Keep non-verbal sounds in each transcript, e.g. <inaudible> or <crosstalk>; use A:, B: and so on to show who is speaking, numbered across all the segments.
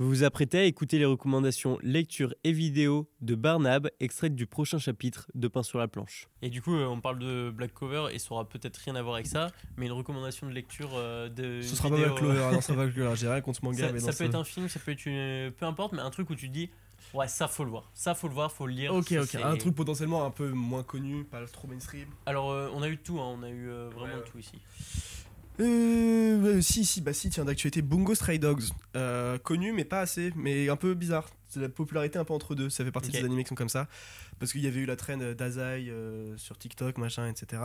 A: Vous vous apprêtez à écouter les recommandations lecture et vidéo de Barnab, extraites du prochain chapitre de Pain sur la planche. Et du coup, euh, on parle de Black Cover et ça aura peut-être rien à voir avec ça, mais une recommandation de lecture euh, de.
B: Ce sera pas
A: vidéo, euh,
B: Black Clover,
A: <laughs>
B: non, ça va Black Clover, j'ai rien contre ce manga,
A: Ça,
B: mais non,
A: ça peut être un film, ça peut être une. Peu importe, mais un truc où tu te dis, ouais, ça faut le voir, ça faut le voir, faut le lire.
B: Ok, ok,
A: c'est-
B: un truc potentiellement un peu moins connu, pas trop mainstream.
A: Alors, euh, on a eu de tout, hein, on a eu euh, vraiment
B: Ouais,
A: de tout ici.
B: Euh, bah, si, si, bah si, tiens, d'actualité, Bungo Stray Dogs. Euh, connu, mais pas assez, mais un peu bizarre. C'est la popularité un peu entre deux, ça fait partie
A: Ok.
B: des animés qui sont comme ça. Parce qu'il y avait eu la traîne euh, d'Azai euh, sur TikTok, machin, etc.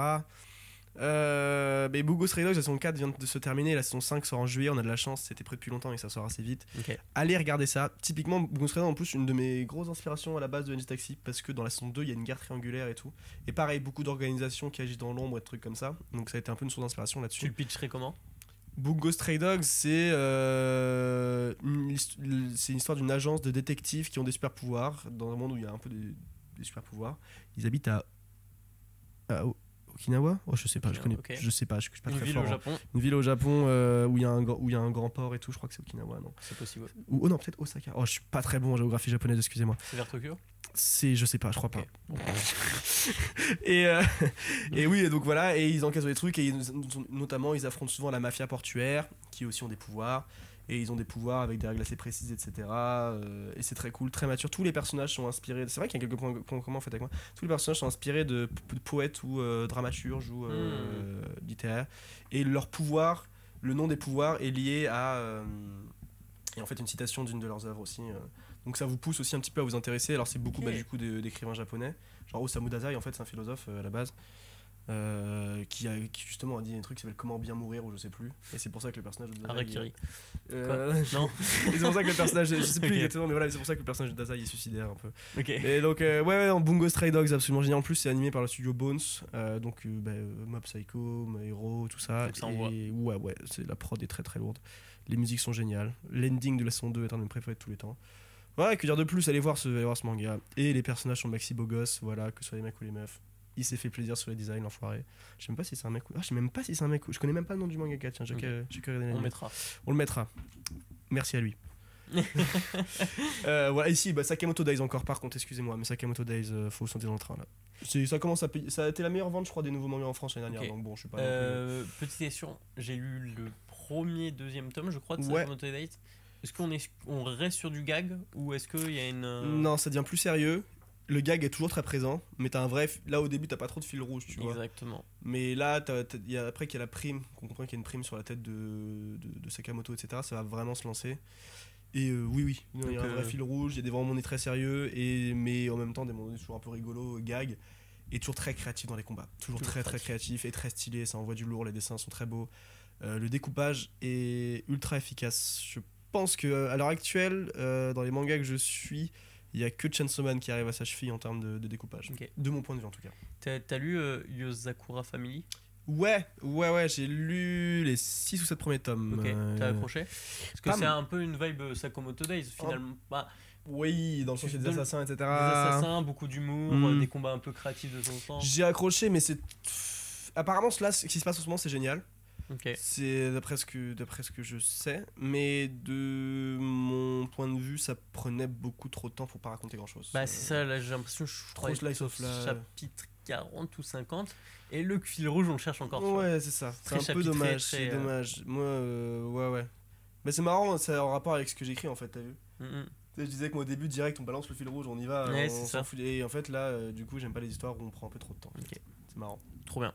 B: Euh, mais Bungo Stray Dogs, la saison 4 vient de se terminer, la saison 5 sort en juillet, on a de la chance, c'était prêt depuis longtemps et ça sort assez vite.
A: Ok.
B: Allez regarder ça. Typiquement, Bungo Stray Dogs, en plus, une de mes grosses inspirations à la base de NG Taxi, parce que dans la saison 2, il y a une gare triangulaire et tout. Et pareil, beaucoup d'organisations qui agissent dans l'ombre et de trucs comme ça. Donc ça a été un peu une source d'inspiration là-dessus.
A: Tu le pitcherais comment
B: Bungo Stray Dogs, c'est euh, une, hist- c'est une histoire d'une agence de détectives qui ont des super pouvoirs dans un monde où il y a un peu des, des super pouvoirs. Ils habitent à, à O- Okinawa. Oh, je sais pas, je connais,
A: Okinawa, ok.
B: je sais pas, je suis pas
A: Une
B: très
A: ville
B: fort. hein.
A: au
B: en-
A: Japon,
B: Une ville au Japon euh, où il y a un grand- où il y a un grand port et tout. Je crois que c'est Okinawa, non
A: c'est possible.
B: Ou oh non, peut-être Osaka. Oh, je suis pas très bon en géographie japonaise, excusez-moi.
A: C'est vers Tokyo
B: C'est, je sais pas, je crois pas.
A: Ok.
B: <laughs> et, euh, et oui, et donc voilà, et ils encaissent des trucs, et ils- notamment ils affrontent souvent la mafia portuaire, qui aussi ont des pouvoirs, et ils ont des pouvoirs avec des règles assez précises, etc. euh, et c'est très cool, très mature. Tous les personnages sont inspirés, c'est vrai qu'il y a quelques points, points communs en fait avec moi, tous les personnages sont inspirés de, p- de poètes ou euh, dramaturges ou euh, littéraires, et leur pouvoir, le nom des pouvoirs est lié à. euh, et en fait, une citation d'une de leurs œuvres aussi. euh. donc ça vous pousse aussi un petit peu à vous intéresser. Alors c'est beaucoup
A: Ok.
B: bah, du coup de- d'écrivains japonais. Genre Osamu Dazai, en fait, c'est un philosophe euh, à la base. euh, qui, a, qui justement a dit un truc qui s'appelle Comment bien mourir ou je sais plus. Et c'est pour ça que le personnage de
A: <laughs>
B: Dazai.
A: Harakiri.
B: est- Euh, <laughs>
A: Non
B: et c'est pour ça que le personnage. Je sais
A: <laughs>
B: plus
A: Ok.
B: exactement, mais voilà, c'est pour ça que le personnage de Dazai est suicidaire un peu.
A: Ok.
B: Et donc, euh, ouais, ouais, non, Bungo Stray Dogs, absolument génial. En plus, c'est animé par le studio Bones, euh, donc euh, bah, euh, Mob Psycho, My Hero, tout ça.
A: Donc ça, on
B: et, ouais, ouais, c'est la prod est très très lourde. Les musiques sont géniales. L'ending de la saison 2 est un de mes préférés de tous les temps. Voilà, que dire de plus Allez voir ce, allez voir ce manga. Et les personnages sont maxi beaux gosses, voilà, que ce soit les mecs ou les meufs. Il s'est fait plaisir sur les designs, l'enfoiré. Je sais même pas si c'est un mec ou. Ah, je sais même pas si c'est un mec ou. Je connais même pas le nom du manga, tiens, j'ai
A: Ok.
B: qu'à- j'ai qu'à regarder
A: On
B: l'anime.
A: mettra.
B: On le mettra. Merci à
A: <laughs>
B: lui. Euh, voilà, ici, bah, Sakamoto Days encore, par contre, excusez-moi, mais Sakamoto Days, euh, faut sauter dans le train là. C'est- Ça, commence à payer- ça a été la meilleure vente, je crois, des nouveaux mangas en France l'année dernière,
A: Ok.
B: donc bon, je suis pas. non plus-
A: Euh, petite question, j'ai lu le premier, deuxième tome, je crois, de
B: Ouais.
A: Sakamoto Date. Est-ce qu'on est, on reste sur du gag ou est-ce qu'il y a une. euh,
B: Non, ça devient plus sérieux. Le gag est toujours très présent, mais t'as un vrai. f- Là, au début, t'as pas trop de fil rouge, tu vois.
A: Exactement.
B: Mais là, t'as- t'as- y a- après qu'il y a la prime, qu'on comprend qu'il y a une prime sur la tête de, de- de Sakamoto, etc., ça va vraiment se lancer. Et euh, oui, oui, non, il y a
A: Donc,
B: un vrai
A: euh,
B: fil rouge, il y a des moments où on est très sérieux, et, mais en même temps, des moments où on est toujours un peu rigolo, gag, et toujours très créatif dans les combats. Toujours
A: Toujours
B: très, très créatif et très stylé, ça envoie du lourd, les dessins sont très beaux. Euh, le découpage est ultra efficace. Je pense que euh, à l'heure actuelle, euh, dans les mangas que je suis, il n'y a que Chainsaw Man qui arrive à sa cheville en termes de, de découpage.
A: Ok.
B: De mon point de vue, en tout cas.
A: T'as t'as lu euh, Yozakura Family
B: Ouais, ouais, ouais, j'ai lu les 6 ou 7 premiers tomes.
A: Ok,
B: Euh,
A: t'as accroché Parce que
B: pas
A: c'est
B: m- Oh.
A: un peu une vibe euh, Sakamoto Days finalement. Bah,
B: Oui, dans le sens
A: Tu
B: des
A: te donnes-
B: assassins, etc.
A: Des assassins, beaucoup d'humour,
B: Ah. Hmm.
A: euh, des combats un peu créatifs de son temps.
B: J'ai accroché, mais c'est. Apparemment, là, ce qui se passe en ce moment, c'est génial.
A: Ok.
B: C'est d'après ce, que- d'après ce que je sais. Mais de mon point de vue, ça prenait beaucoup trop de temps pour pas raconter grand chose.
A: Bah, c'est ça, là j'ai l'impression que je suis
B: Trop slice of life.
A: chapitre 40 ou 50 et le fil rouge on le cherche encore. tu vois.
B: Ouais, c'est ça.
A: Très
B: C'est un peu
A: chapitré,
B: dommage.
A: très,
B: C'est
A: euh,
B: dommage. Moi, euh, ouais, ouais. Mais c'est marrant, c'est en rapport avec ce que j'écris en fait, t'as vu
A: Mm, mm.
B: Tu sais, Je disais que moi au début direct on balance le fil rouge, on y va,
A: Ouais,
B: on
A: c'est
B: s'en
A: ça.
B: fout. Et en fait là, euh, du coup, j'aime pas les histoires où on prend un peu trop de temps.
A: Ok.
B: C'est marrant.
A: Trop bien.